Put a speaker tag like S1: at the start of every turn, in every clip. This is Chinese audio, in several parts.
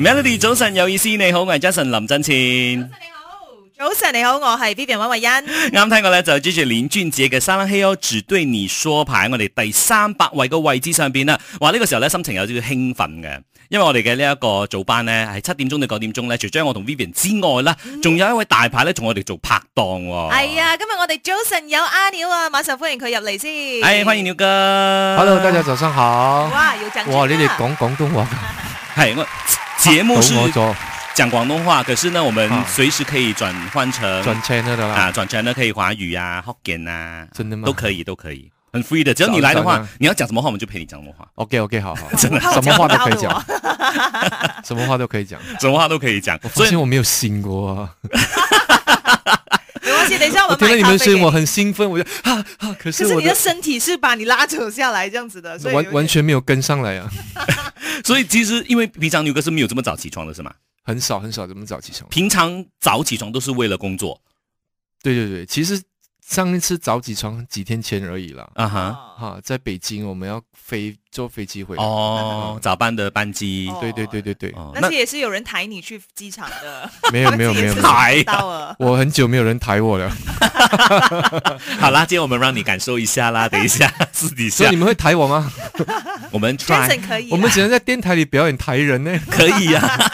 S1: Melody 早晨有意思，你好，我係 Jason 林振前。
S2: 早晨你好，我係 Vivian 温慧欣。
S3: 哦
S1: 啱聽過咧就 Gigi 連專自己嘅《沙拉希歐絕對你說牌》，我哋第三百位個位置上邊啦。啊話呢、個時候咧心情有少少興奮嘅，因為我哋嘅呢一個早班咧係七點鐘到九點鐘咧，除咗我同 Vivian 之外啦，仲有一位大牌咧同我哋做拍檔喎。
S2: 嗯係啊，今日我哋早晨有阿鳥啊，馬上歡迎佢入嚟先。
S1: 誒、
S3: 哎
S1: 歡迎。鳥哥。
S3: Hello，大家早上好。
S2: 哇，要掌聲啊
S3: 哇，你哋講廣東話
S1: 係我節
S3: 到
S1: 目是
S3: 我咗
S1: 講廣東話，可是呢，我們
S3: 啊
S1: 隨時可以轉換
S2: 嗯
S1: 成
S3: 轉 channel 的啦
S1: 啊，，轉成呢可以華語啊、Hokkien 啊，
S3: 真的嗎？
S1: 都可以，都可以，很 free 的。只要你來的
S3: 早
S1: 話
S3: 上，
S1: 你要講什麼話，我們就陪你講什麼話，
S3: OK OK，好好，
S2: 真的
S3: 啊什麼話都可以
S2: 我怕我
S3: 講，什麼話都可以講。
S1: 什麼話都可以講。
S3: 我
S1: 所
S3: 發
S1: 以
S3: 現我沒有醒過啊，
S2: 沒關係，等一下
S3: 我
S2: 我們
S3: 聽到
S2: 買
S3: 你們
S2: 咖
S3: 的聲
S2: 啡
S3: 音，我
S2: 給你。
S3: 很興奮，我就哈哈，可
S2: 可
S3: 是
S2: 是
S3: 我
S2: 你的
S3: 的
S2: 身體是把你拉扯下來這樣子的，所以有
S3: 完
S2: 點
S3: 完全沒有跟上來啊，
S1: 所以其實因為平常牛哥是沒有這麼早起床的，是嗎？
S3: 很少很少這麼早起床。
S1: 平常早起床都是為了工作
S3: 對對對，其實上一次早起床幾天前而已啦。
S1: 啊哈。
S2: 哦
S3: 哈，在北京我們要飛坐飛機回來。
S1: 哦，早班的班機。
S2: 哦
S3: 對對對對對，
S1: 哦，
S2: 但
S1: 那
S2: 是也是有人抬你去機場 的，
S3: 沒有沒有沒 有，沒有
S1: 抬
S2: 到 啊。
S3: 我很久沒有人抬 我了，
S1: 好啦，今天我們讓你感受一下啦，等一下私底
S3: 所以
S1: 下
S3: 你們會抬我嗎？
S1: 我們 try。
S2: Jason 可以啦，啊
S3: 我們只能在電台裏表演抬人呢。
S1: 可以啊。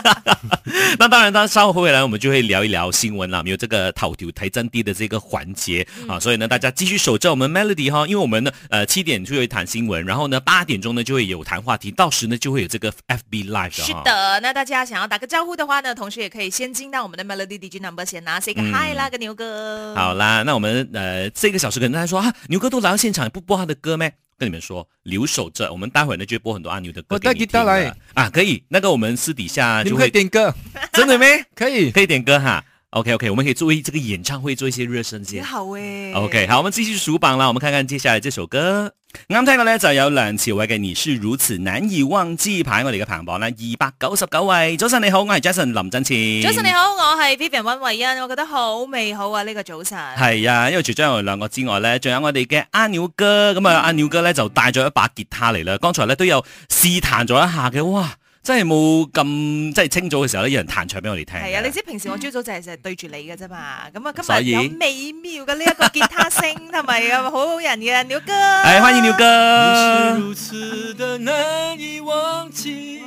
S1: 那当然，当稍后回来我们就会聊一聊新闻啦，没有这个头条台真地的这个环节、
S2: 嗯
S1: 啊，所以呢，大家继续守着我们 Melody 哈，因为我们呢，呃，七点就会谈新闻，然后呢，八点钟呢就会有谈话题，到时呢就会有这个 FB Live
S2: 是
S1: 哈。
S2: 的，那大家想要打个招呼的话呢，同时也可以先进到我们的 Melody DJ number 先拿 say 个
S3: 嗯
S2: hi 啦，跟牛哥。
S1: 好啦，那我们呃这个小时可能大家说啊，牛哥都来到现场，不播他的歌咩？跟你们说，留守着，我们待会儿呢就会播很多啊阿牛的歌
S3: 我带
S1: 给你
S3: 吉他
S1: 听的
S3: 来
S1: 啊，可以， 那个我们私底下
S3: 你
S1: 就
S3: 们可
S1: 会
S3: 以點歌，
S1: 真的咩？
S3: 可以。
S1: 可以点歌哈，OK OK，我们可以作为这个演唱会做一些热身
S2: 你
S1: 先。
S2: 好哎。
S1: OK，好，我们继续数榜啦。我们看看接下来这首歌。啱聽過咧就有梁朝偉嘅《你是如此難以忘記》排我哋嘅排行榜啦，二百九十九位。早晨你好，我係 Jason 林振前。
S2: 早晨你。好，我係 Vivian 温慧欣，我覺得好美好啊呢、個早晨。
S1: 係啊，因為除咗我哋兩個之外咧，仲有我哋嘅阿鳥哥。咁啊，
S2: 嗯
S1: 阿鳥哥咧就帶咗一把吉他嚟啦。剛才咧都有試彈咗一下嘅，哇！真係冇咁即係清早嘅時候咧，有人彈唱俾我哋聽嘅。
S2: 係啊，你知平時我朝早就係就係對住你嘅啫嘛，咁啊
S1: 所
S2: 今
S1: 以
S2: 日有美妙嘅呢一個吉他聲同埋啊好好人嘅鳥哥，
S1: 係哎歡迎鳥哥。
S3: 你是如此的難以忘記。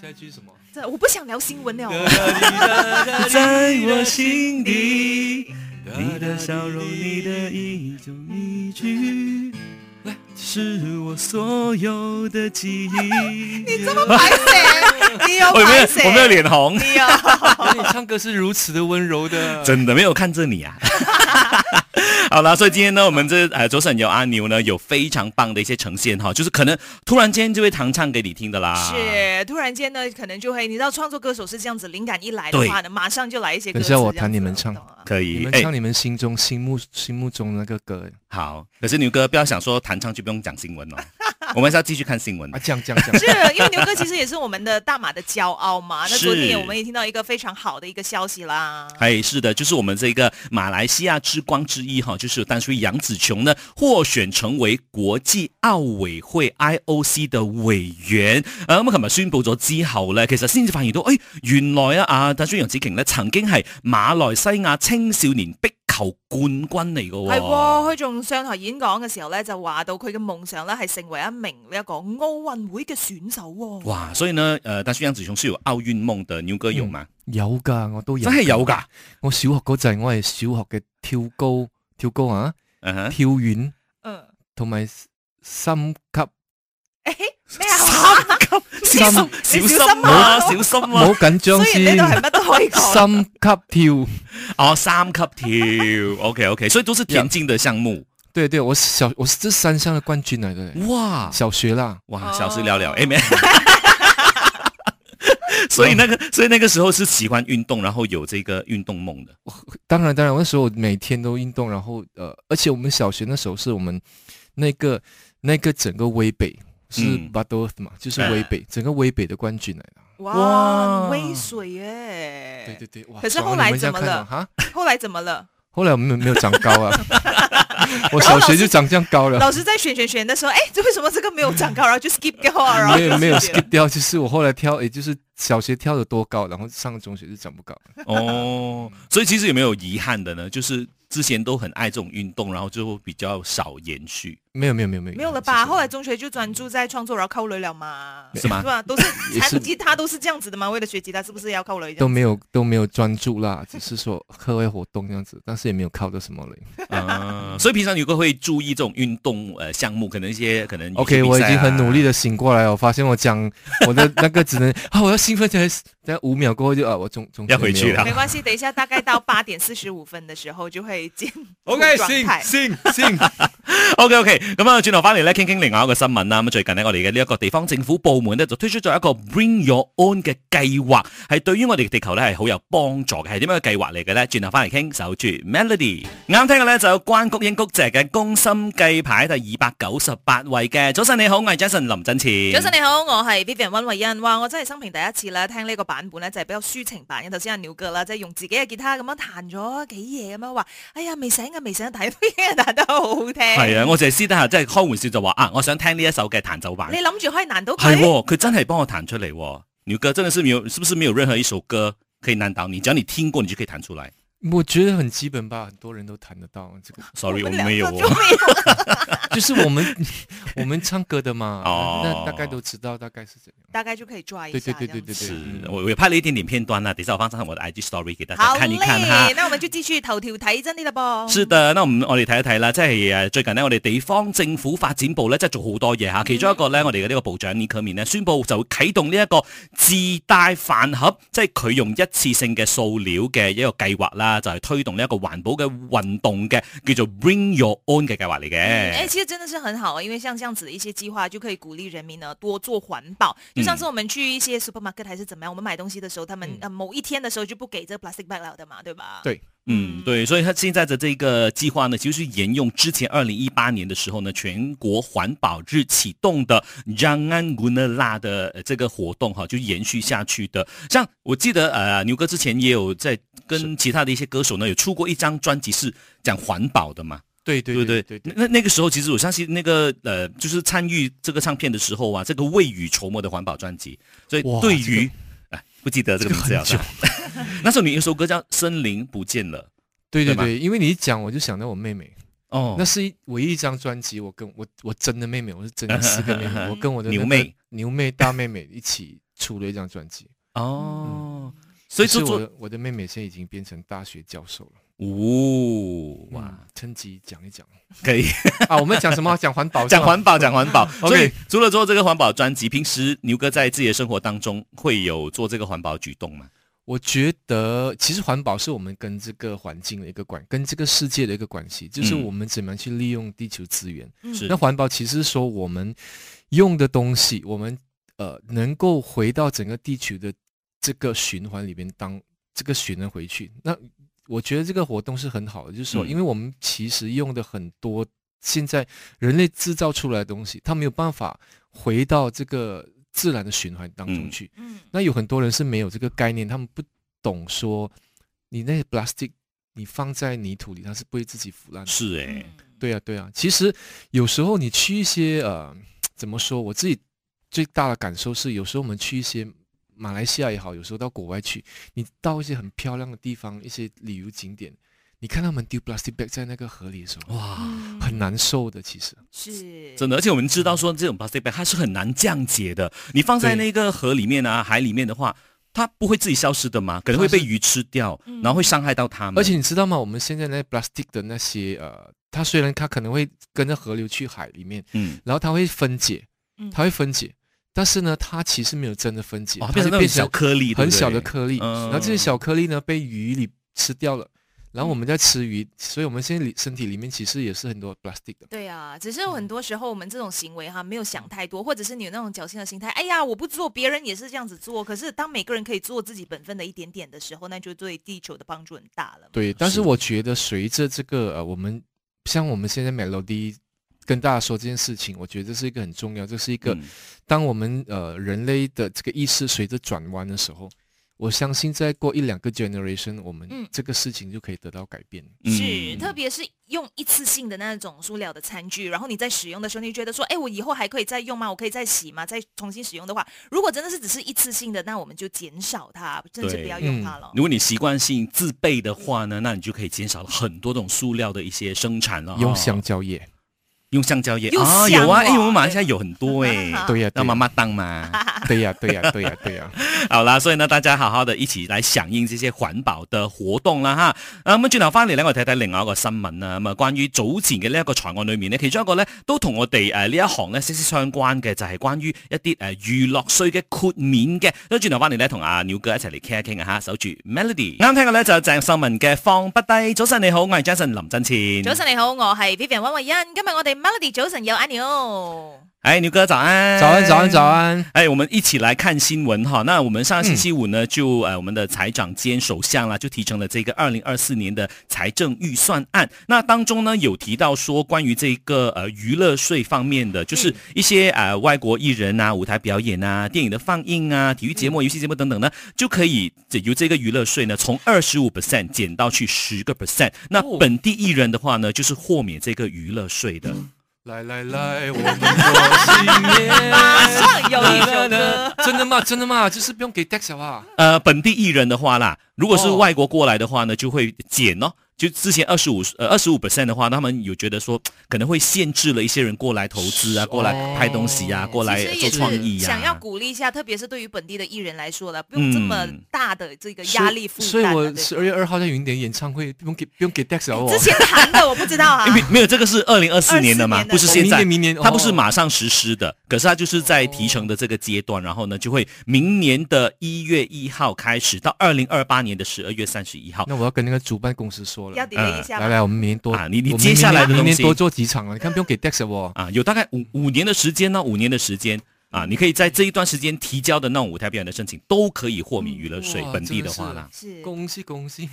S3: 下一句是什麼？
S2: 真係我不想聊新聞啊了，
S1: 哦在我 心底，你的笑容，你的一种一句，是我所有的记忆。
S2: 你這麼白蛇，你有
S1: 我有没有
S2: 白蛇，
S1: 我没有脸红，
S2: 你啊有，
S3: 你唱歌是如此的溫柔 的。
S1: 真的没有看着你啊。 好啦，所以今天呢，我们这呃左手有阿牛呢，有非常棒的一些呈现哈，就是可能突然间就会弹唱给你听的啦。
S2: 是突然間呢，可能就會，你知道創作歌手是這樣子，靈感一來
S1: 對
S2: 的話呢，馬上就來一些歌詞這樣子。
S3: 等一下我彈你們唱
S2: 懂啊
S1: 可
S3: 你
S1: 以，
S3: 們
S1: 哎、
S3: 唱你們心中、心目、心目中那個歌。
S1: 好。可是牛哥不要想说弹唱就不用讲新闻 哦，我们还是要继续看新闻
S3: 啊，
S1: 的。
S3: 這樣這樣這樣。
S2: 是因為牛哥其實也是我們的大馬的驕傲嘛。那昨天也
S1: 是
S2: 我們也聽到一個非常好的一個消息啦。
S1: 哎，是的，就是我们这个马来西亚之光之一哈，就是单位杨紫琼呢获选成为国际奥委會 IOC 嘅委員。誒咁啊，琴日宣布咗之後咧，其實先至發現到，誒、哎、原來啊啊，單位楊紫瓊咧曾經係馬來西亞青少年壁球冠軍嚟嘅喎。
S2: 係喎，佢仲上台演講嘅時候咧，就話到佢嘅夢想咧係成為一名呢一個奧運會嘅選手喎。
S1: 哇！所以呢，誒、呃，但是楊紫瓊是有奧運夢的，牛哥有嗎？
S3: 有㗎，我都有。
S1: 真係有㗎。
S3: 我小學嗰陣，我係小學嘅跳高、跳高啊、
S1: 嗯哼，
S3: 跳遠
S2: 嗯，
S3: 同埋三級，
S2: 誒咩 啊？
S1: 小心 小
S2: 你小
S1: 心
S2: 心
S1: 啊！
S2: 啊
S1: 小心
S3: 唔好
S1: 啊！
S3: 緊張
S2: 雖然
S3: 先
S2: 呢。度係乜都可以講。啊
S3: 三級跳。
S1: 哦，三級跳，OK OK，所以都是田徑的項目。
S3: 對對，我小我是這三項的冠軍啊來的，
S2: 嗯
S1: 哇
S3: 小學啦。
S1: 哇，
S2: 哦
S1: 小事了了，哎、没。 所以那个，所以那个时候是喜欢运动，然后有这个运动梦的。
S3: 当然，当然，我那时候我每天都运动，然后呃，而且我们小学那时候是我们那个那个整个威北是
S1: 嗯
S3: b a d o t 嘛，就是
S1: 哎
S3: 威北，整个威北的冠啊军来的。
S2: 哇，
S1: 哇
S2: 威水耶！
S3: 对对对，哇！
S2: 哎可是
S3: 爽啊
S2: 后来
S3: 你们这样
S2: 怎么
S3: 看
S2: 了
S3: 我哈？
S2: 後來怎麼了？
S3: 后来我们没有长高 啊，我小学就长这样高了，
S2: 老師在選選 選的時候，哎，這為什麼這個沒有長高，然後就 skip 掉啊？然後
S3: 没有没有
S2: 就 skip 了
S3: skip 掉，就是我后来跳，也就是小学跳得多高，然后上中学就长不高。
S1: 哦，
S3: 嗯
S1: 所以其实有没有遗憾的呢？就是之前都很爱这种运动，然后最后比较少延 续，
S3: 没有没有没有没有，
S2: 没有了吧？后来中学就专注在创作，然后扣雷了嘛，
S1: 是吗
S2: 对？吧？都是
S3: 也是
S2: 弹吉他都是这样子的嘛，为了学吉他是不是也要扣雷？
S3: 都没有都没有专注啦，只是说课外活动这样子，但是也没有靠着什么嘞。
S1: 啊，所以平常你会会注意这种运动呃项目，可能一些可能
S3: OK，我已
S1: 啊
S2: 啊
S3: 经很努力
S1: 的
S3: 的醒过来了，我发现我讲我的那个只能啊，我要兴奋起来，等下五秒过后就啊，我中中
S1: 要回去了
S2: 没关系，等一下大概到八点四十五分的时候就会 进
S3: OK，
S2: 状
S3: 信
S2: 态。
S3: 信信，
S1: OK OK，咁啊，轉頭翻嚟咧，傾傾另外一個新聞啦。咁啊最近呢，我哋嘅呢一個地方政府部門咧，就推出咗一個 Bring Your Own 嘅計劃，係對於我哋地球咧係好有幫助嘅。係點樣嘅計劃嚟嘅咧？轉頭翻嚟傾，守住 Melody。啱聽嘅咧就有關谷英谷姐嘅攻心計排第二百九十八位嘅。早晨你好，我係 Jason 林振前。
S2: 早晨你好，我係 Vivian 温慧欣。哇，我真係生平第一次咧聽呢個版本咧，就係比較抒情版嘅。頭先阿鳥哥啦，即係用自己嘅吉他咁樣彈咗幾夜咁樣話，哎呀未醒啊未醒啊，但係彈得好好聽。
S1: 係啊，我就係私底下真係開玩笑就話啊，我想聽呢一首嘅彈奏版
S2: 你。諗住可以難哎到
S1: 係
S2: 佢？
S1: 喎，佢真係幫我彈出嚟喎。牛哥真的是沒有，是不是沒有任何一首歌可以難倒你？只要你聽過，你就可以彈出來。
S3: 我觉得很基本吧，很多人都谈得到啊这个，
S1: Sorry，我們
S2: 們兩
S1: 沒有
S2: 個
S1: 哦
S2: 就。沒有
S3: 就是我们 我们唱歌的嘛，
S1: 哦
S3: 那大概都知道大概是怎样。
S2: 大概就可以抓一下
S3: 对
S2: 这
S3: 对
S2: 样子。
S3: 对对对 对，
S1: 是
S3: 嗯
S1: 我我拍了一点点片段啦，啊等一下我放上我的 IG story 给大
S2: 好
S1: 家看一看哈
S2: 嘞，。那我們就繼續頭條睇真啲啦噃。
S1: 是的，那我們我哋睇一睇啦，即係誒最近呢，我哋地方政府發展部咧，即係做好多嘢嚇。其中一個咧，我哋嘅呢個部長呢，佢面呢，宣布就啟動呢一個自帶飯盒，即係佢用一次性嘅塑料嘅一個計劃啦，就係、推動呢一個環保嘅運動嘅，叫做 Bring Your Own 嘅計劃嚟
S2: 嗯哎、
S1: 嘅。
S2: 其实真的是很好啊，因为像这样子的一些计划，就可以鼓励人民呢多做环保。就上次我们去一些 supermarket 还是怎么样，我们买东西的时候，他们、
S3: 嗯
S2: 呃某一天的时候就不给这 plastic bag 了的嘛，对吧？
S3: 对
S1: 嗯，对，所以他现在的这个计划呢，其实是沿用之前二零一八年的时候呢，全国环保日启动的 j a n g a n g u n a l a 的呃这个活动哈，就延续下去的。像我记得呃，牛哥之前也有在跟其他的一些歌手呢，有出过一张专辑是讲环保的嘛，
S3: 对对
S1: 不对？
S3: 对对对，
S1: 那那个时候其实我相信那个呃，就是参与这个唱片的时候啊，这个未雨绸缪的环保专辑，所以
S3: 哇
S1: 对
S3: 这个
S1: 于、哎不记得这个名字了，
S3: 这个
S1: 那时候你有一首歌叫《森林不见了》。
S3: 对
S1: 对
S3: 对
S1: 吧
S3: 对，因为你一讲我就想到我妹妹，
S1: 哦
S3: 那是一唯一一张专辑，我跟我我真的妹妹，我是真的四个妹 妹，我跟我的那个
S1: 牛妹
S3: 牛妹大妹妹一起出了一张专辑，
S1: 哦，所以
S3: 可是
S1: 就
S3: 我
S1: 做
S3: 的我的妹妹现在已经变成大学教授了，嗯
S1: 哦，哇，
S3: 哇，趁机讲一讲
S1: 可以
S3: 啊，我们讲什么？讲环保，
S1: 讲环保，讲环保。所以
S3: OK
S1: 除了做这个环保专辑，平时牛哥在自己的生活当中会有做这个环保举动吗？
S3: 我觉得其实环保是我们跟这个环境的一个关，跟这个世界的一个关系，就是
S1: 嗯
S3: 我们怎么样去利用地球资源。
S2: 嗯
S1: 是
S3: 那环保其实是说我们用的东西，我们呃能够回到整个地球的这个循环里边当这个循环回去。那我觉得这个活动是很好的，就是说，
S1: 嗯
S3: 因为我们其实用的很多现在人类制造出来的东西，它没有办法回到这个自然的循环当中
S1: 嗯
S3: 去。
S2: 嗯，
S3: 那有很多人是没有这个概念，他们不懂说，你那些 plastic 你放在泥土里，它是不会自己腐烂的。
S1: 是哎
S2: 嗯
S1: 诶，
S3: 对啊，对啊。其实有时候你去一些呃，怎么说？我自己最大的感受是，有时候我们去一些马来西亚也好，有时候到国外去，你到一些很漂亮的地方，一些旅游景点，你看他们丢 plastic bag 在那个河里的时候，
S1: 哇，
S2: 嗯
S3: 很难受的。其
S1: 嗯
S3: 实，
S2: 是
S1: 真的，而且我们知道说这种 plastic bag 它是很难降解的，你放在
S3: 对
S1: 那个河里面啊、海里面的话。它不会自己消失的嘛，可能会被
S3: 它是
S1: 鱼吃掉，
S2: 嗯
S1: 然后会伤害到它们。
S3: 而且你知道吗？我们现在那 plastic 的那些呃，它虽然它可能会跟着河流去海里面，
S1: 嗯，
S3: 然后它会分解
S2: 嗯，
S3: 它会分解，但是呢，它其实没有真的分解，
S1: 哦，
S3: 它
S1: 变成
S3: 就
S1: 那种
S3: 变
S1: 小
S3: 成
S1: 颗粒，对
S3: 很
S1: 不对
S3: 小的颗粒，
S1: 嗯
S3: 然后这些小颗粒呢被鱼里吃掉了，然后我们在吃
S1: 嗯
S3: 鱼，所以我们现在里身体里面其实也是很多 plastic 的。
S2: 对啊，只是很多时候我们这种行为哈，没有想太多，或者是你有那种侥幸的心态，哎呀，我不做，别人也是这样子做。可是当每个人可以做自己本分的一点点的时候，那就对地球的帮助很大了。
S3: 对，但
S1: 是
S3: 是我觉得随着这个呃，我们像我们现在 Melody 跟大家说这件事情，我觉得这是一个很重要，这是一个
S1: 嗯
S3: 当我们呃人类的这个意识随着转弯的时候，我相信再过一两个 generation，我们
S2: 嗯
S3: 这个事情就可以得到改变。
S2: 是，
S1: 嗯
S2: 特别是用一次性的那种塑料的餐具，然后你在使用的时候，你觉得说，哎，我以后还可以再用吗？我可以再洗吗？再重新使用的话，如果真的是只是一次性的，那我们就减少它，甚至
S1: 对
S2: 不要用它了。
S1: 如果你习惯性自备的话呢，那你就可以减少了很多种塑料的一些生产了、哦。
S3: 用香蕉叶，
S1: 用橡胶叶
S2: 用
S1: 啊，
S2: 橡
S1: 有啊，
S2: 哦
S1: 哎，我们马来西亚有很多哎、
S2: 啊
S3: 对呀、
S1: 那
S3: 对呀
S1: 妈妈当嘛，
S3: 对呀、对呀、对呀、对呀、
S1: 好啦，所以呢，大家好好地一起嚟響應這些環保嘅活動啦吓。啊咁轉頭翻嚟咧，我哋睇睇另外一個新聞啦。咁啊，關於早前嘅呢一個財案裏面呢，其中一個咧都同我哋呃誒呢一行咧息息相關嘅，就係、關於一啲誒娛樂税嘅豁免嘅。咁轉頭翻嚟咧，同阿鳥哥一齊嚟傾一傾啊吓，守住 Melody。啱聽嘅咧就係鄭秀文嘅《放不低》。早晨你好，我係 Jason 林振前。
S2: 早。晨你好，我係 Vivian 温慧欣，今日我哋 Melody 早晨有 a n n
S1: 哎，鳥哥早安。
S3: 早安，早安，早。安。
S1: 哎，我们一起来看新闻哈。那我们上星期五呢，就呃我们的财长兼首相啦，就提成了这个二零二四年的财政预算案。那当中呢，有提到说关于这个呃娱乐税方面的，就是一些呃外国艺人啊、舞台表演啊、电影的放映啊、体育节目、游戏节目等等呢，就可以由这个娱乐税呢从二十五 percent 减到去十个 percent。那
S3: 哦
S1: 本地艺人的话呢，就是豁免这个娱乐税的。
S3: 来来来，我们过新年。
S2: 马上有一首歌。
S3: 真的吗？真的吗？就是不用给 tax 了啊。
S1: 呃，本地艺人的话啦，如果是
S3: 哦
S1: 外国过来的话呢，就会减哦。就之前二十五呃二十五 percent 的话，他们有觉得说可能会限制了一些人过来投资啊，
S3: 是
S1: 过来拍东西啊，
S3: 哦
S1: 过来
S2: 其实
S1: 做
S2: 也
S1: 创意
S2: 是
S1: 啊。
S2: 想要鼓励一下，特别是对于本地的艺人来说了，不用这么
S1: 嗯
S2: 大的这个压力负担啊。
S3: 所以，所以我
S2: 对
S3: 十二月二号在云顶演唱会，不用给不用给 tax 了哦。
S2: 之前谈的我不知道啊
S1: 因，为没有这个是二零二四年的嘛，
S2: 24年的
S1: 不是现
S3: 哦
S1: 在，
S3: 明年明年哦
S1: 它不是马上实施的，可是它就是在提成的这个阶段，然后呢，就会明年的一月一号开始，到二零二八年的十二月三十一号。
S3: 那我要跟那个主办公司说
S2: 要
S3: 了。
S2: 抵赖一下
S3: 来
S2: 吗。
S3: 来，我们明年多
S1: 啊你你
S3: 我们
S1: 接下来的
S3: 明年
S1: 东
S3: 明
S1: 西
S3: 年多做几场了，你看不用给 tax 了哦。
S1: 啊，有大概五五年的时间呢，五年的时间啊，你可以在这一段时间提交的那种舞台表演的申请，都可以豁免娱乐税
S3: 嗯哇，
S1: 本地的
S3: 真的
S1: 话
S3: 是
S1: 啦。
S2: 是，
S3: 恭喜恭喜！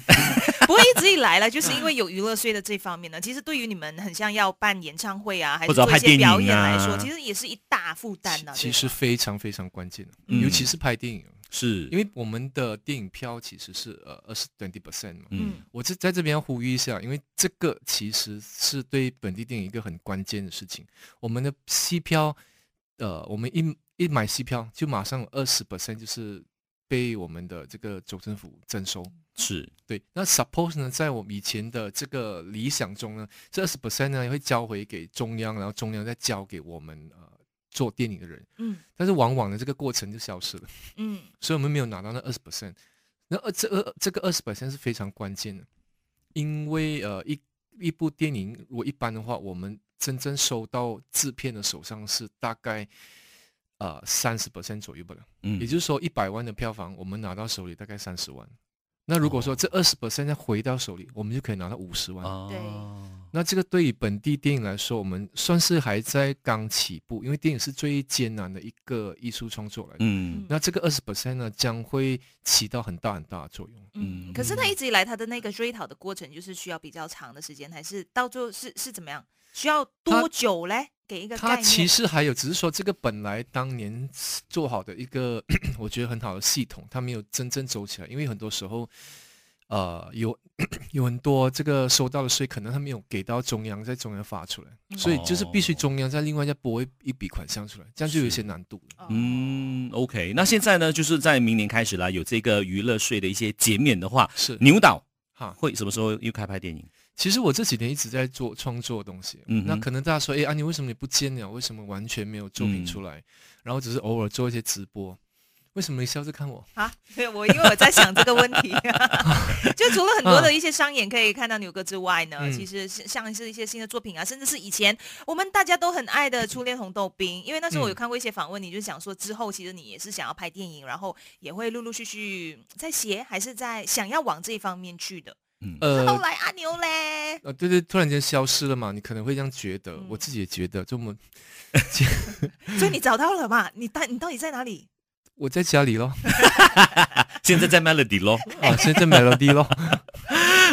S2: 不过一直以来呢，就是因为有娱乐税的这方面呢，其实对于你们很像要办演唱会啊，还
S1: 或
S2: 是
S1: 者要
S2: 做一
S1: 拍电
S2: 些
S1: 影啊
S2: 表演来说，其实也是一大负担呢、啊。
S3: 其实非常非常关键，
S1: 嗯
S3: 尤其是拍电影，
S1: 是，
S3: 因为我们的电影票其实是呃二十 twenty percent 嘛。
S1: 嗯
S3: 我这在这边要呼吁一下，因为这个其实是对本地电影一个很关键的事情。我们的戏票，呃，我们一一买戏票就马上二十 percent 就是被我们的这个州政府征收。
S1: 是，
S3: 对，那 suppose 呢，在我们以前的这个理想中呢，这二十 percent 呢会交回给中央，然后中央再交给我们呃做电影的人，
S2: 嗯
S3: 但是往往呢这个过程就消失了，
S2: 嗯，
S3: 所以我们没有拿到那二十 percent。那二这二这个二十 percent 是非常关键的，因为呃一一部电影如果一般的话，我们真正收到制片的手上是大概呃三十 percent 左右吧。
S1: 嗯，
S3: 也就是说，一百万的票房，我们拿到手里大概三十万。那如果说这二十 percent 再回到手里，我们就可以拿到五十万。
S2: 对
S1: 哦哦，
S3: 那这个对于本地电影来说，我们算是还在刚起步，因为电影是最艰难的一个艺术创作来的。
S1: 嗯，
S3: 那这个二十 percent 呢，将会起到很大很大的作用。
S2: 嗯，
S1: 嗯
S2: 可是他一直以来他的那个追讨的过程，就是需要比较长的时间，还是到最后是是怎么样？需要多久嘞？给一个概
S3: 它
S2: 念。
S3: 其实还有，只是说这个本来当年做好的一个， 我觉得很好的系统，它没有真正走起来，因为很多时候，呃，有 有很多这个收到的税，可能他没有给到中央，在中央发出来，所以就是必须
S1: 哦
S3: 中央再另外再拨一一笔款项出来，这样就有一些
S1: 是
S3: 难度了。
S2: 哦
S1: 嗯，OK，那现在呢，就是在明年开始啦，有这个娱乐税的一些减免的话，
S3: 是
S1: 牛岛
S3: 哈，
S1: 会什么时候又开拍电影？
S3: 其实我这几年一直在做创作的东西，
S1: 嗯哼
S3: 那可能大家说，哎，安妮为什么你不见了？为什么完全没有作品
S1: 嗯
S3: 出来？然后只是偶尔做一些直播，为什么没笑着 看我？
S2: 啊，对我因为我在想这个问 题，就除了很多的一些商演可以看到牛哥之外呢，
S3: 嗯
S2: 其实是像是一些新的作品啊，甚至是以前我们大家都很爱的《初恋红豆冰》，因为那时
S3: 嗯
S2: 候我有看过一些访问，你就想说之后其实你也是想要拍电影，然后也会陆陆续续在写，还是在想要往这一方面去的。
S3: 呃，
S2: 后来阿牛嘞，
S3: 呃，对对，突然间消失了嘛，你可能会这样觉得，我
S2: 嗯
S3: 自己也觉得，这么
S2: 所以你找到了嘛？你到你到底在哪里？
S3: 我在家里咯，
S1: 现在在 Melody 咯。
S3: 啊，现在在 melody 咯。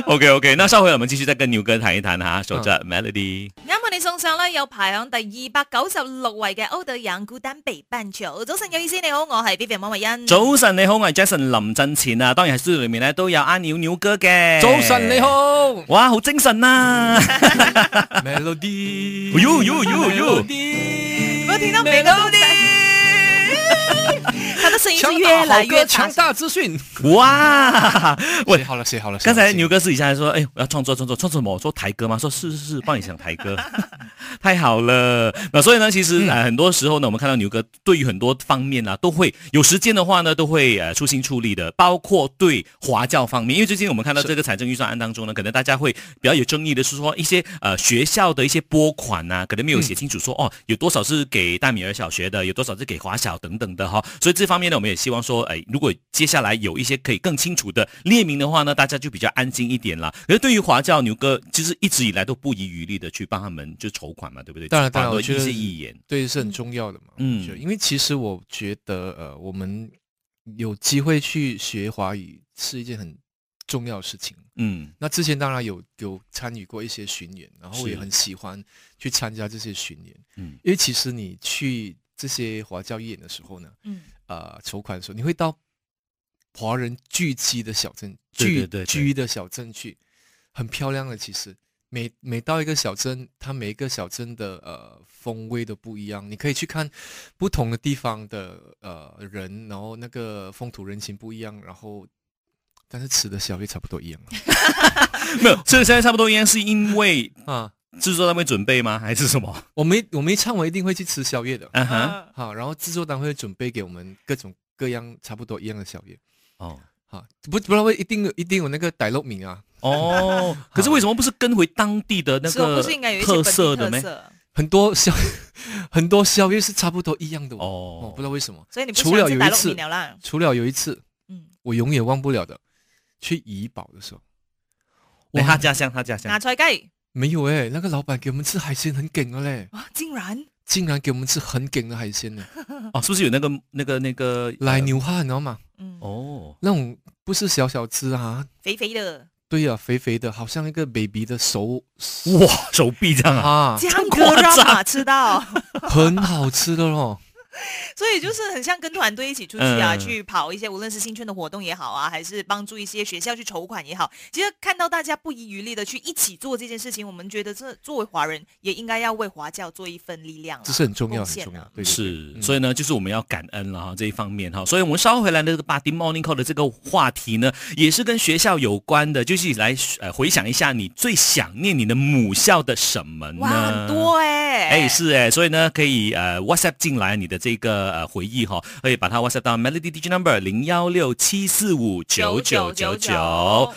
S1: OK OK，那上回我们继续再跟牛哥谈一谈哈，守着 Melody。
S2: 啊那么你為送上咧有排響第二百九十六位嘅歐德陽孤單北半球。早晨有意思，你好，我係 B B 莫慧欣。
S1: 早晨你好，我係 Jason 林振前啊，當然喺 studio 裏面咧都有阿鳥鳥哥嘅。
S3: 早晨你。好
S1: 哇，好精神啊！
S3: ，Melody，
S1: 哎呦呦呦呦
S2: 我听到每个都在。他的声音是越来越大
S3: 强。大资讯。
S1: 哇，
S3: 喂，好了，写好了。
S1: 刚才
S3: 牛
S1: 牛哥私底下还说，哎，我要创作创作创作什么？我说台歌吗？说是是是，帮你想台歌， 太好了。那所以呢，其
S3: 嗯
S1: 实、呃、很多时候呢，我们看到牛哥对于很多方面啊，都会有时间的话呢，都会呃出心出力的，包括对华教方面，因为最近我们看到
S3: 是
S1: 这个财政预算案当中呢，可能大家会比较有争议的是说一些呃学校的一些拨款啊，可能没有
S3: 嗯
S1: 写清楚说、哦，有多少是给大米尔小学的，有多少是给华小等等的哈、所以这方面呢，我们也希望说，哎，如果接下来有一些可以更清楚的列明的话呢，大家就比较安心一点啦。可是对于华教牛哥，其实一直以来都不遗余力的去帮他们就筹款嘛，对不对？
S3: 当然当然
S1: 反而
S3: 我觉得
S1: 一些意言，
S3: 对是很重要的嘛。
S1: 嗯
S3: 嗯，因为其实我觉得呃，我们有机会去学华语是一件很重要的事情。
S1: 嗯
S3: 那之前当然有有参与过一些巡演，然后
S1: 是
S3: 也很喜欢去参加这些巡演，
S1: 嗯
S3: 因为其实你去这些华教义演的时候呢，
S2: 嗯，
S3: 呃，筹款的时候，你会到华人聚集的小镇，
S1: 对
S3: 聚
S1: 对对对
S3: 居的小镇去，很漂亮的。其实每每到一个小镇，它每一个小镇的呃风味都不一样，你可以去看不同的地方的呃人，然后那个风土人情不一样，然后但是吃的消费差不多一样
S1: 没有，这个现在差不多应该是因为
S3: 啊。 啊
S1: 制作单位准备吗？还是什么？
S3: 我没我没唱，我一定会去吃宵夜的。
S2: 呃
S1: 嗯哼，
S3: 好，然后制作单位会准备给我们各种各样差不多一样的宵夜。
S1: 哦。
S3: 好，不不然会一定有一定有那个傣肉名啊，
S1: 哦，可是为什么不是跟回当地的那
S2: 是我
S1: 个
S2: 不是应该有一些
S1: 特
S2: 本地
S1: 色的
S2: 特
S1: 咩？
S2: 色？
S3: 很多宵 很多宵夜是差不多一样的哦。哦，
S1: 哦
S3: 不知道为什么，
S2: 所以你不喜
S3: 除
S2: 欢
S3: 了
S2: 吃
S3: 有
S2: 大
S3: 一
S2: 陆
S3: 次
S2: 面了啦。
S3: 除了有一次
S2: 嗯，
S3: 我永远忘不了的，去怡保的时候，
S1: 哎
S3: 哇
S1: 他家乡，他家乡
S2: 芽，菜鸡
S3: 没有哎、那个老板给我们吃海鲜很梗的嘞，
S2: 哇，竟然
S3: 竟然给我们吃很梗的海鲜呢，
S1: 哦，是不是有那个那个那个呃
S3: 来牛蛙你知道吗？
S2: 嗯，
S1: 哦，
S3: 那种不是小小只啊，
S2: 肥肥的，
S3: 对呀、肥肥的，好像一个 baby 的手
S1: 哇，手臂这样啊，
S3: 啊，
S2: 姜
S1: 夸
S2: 哥让
S1: 张
S2: 嘛吃到，
S3: 很好吃的咯。
S2: 所以就是很像跟团队一起出去啊，
S1: 嗯
S2: 去跑一些无论是新春的活动也好啊，还是帮助一些学校去筹款也好，其实看到大家不遗余力的去一起做这件事情，我们觉得这作为华人也应该要为华教做一份力量啊，
S3: 这是很重要，
S2: 贡
S3: 很
S2: 献
S3: 重要
S2: 啊。
S3: 对，对
S1: 是，
S3: 嗯
S1: 所以呢，就是我们要感恩了哈这一方面哈，所以我们稍后回来的这个八 D Morning Call 的这个话题呢，也是跟学校有关的，就是来呃回想一下你最想念你的母校的什么呢？
S2: 哇，很多哎、
S1: 哎，是哎，所以呢，可以呃 WhatsApp 进来你的这个呃回忆哈、可以把它 WhatsApp 到 Melody DJ number 零幺六七四五九九九九。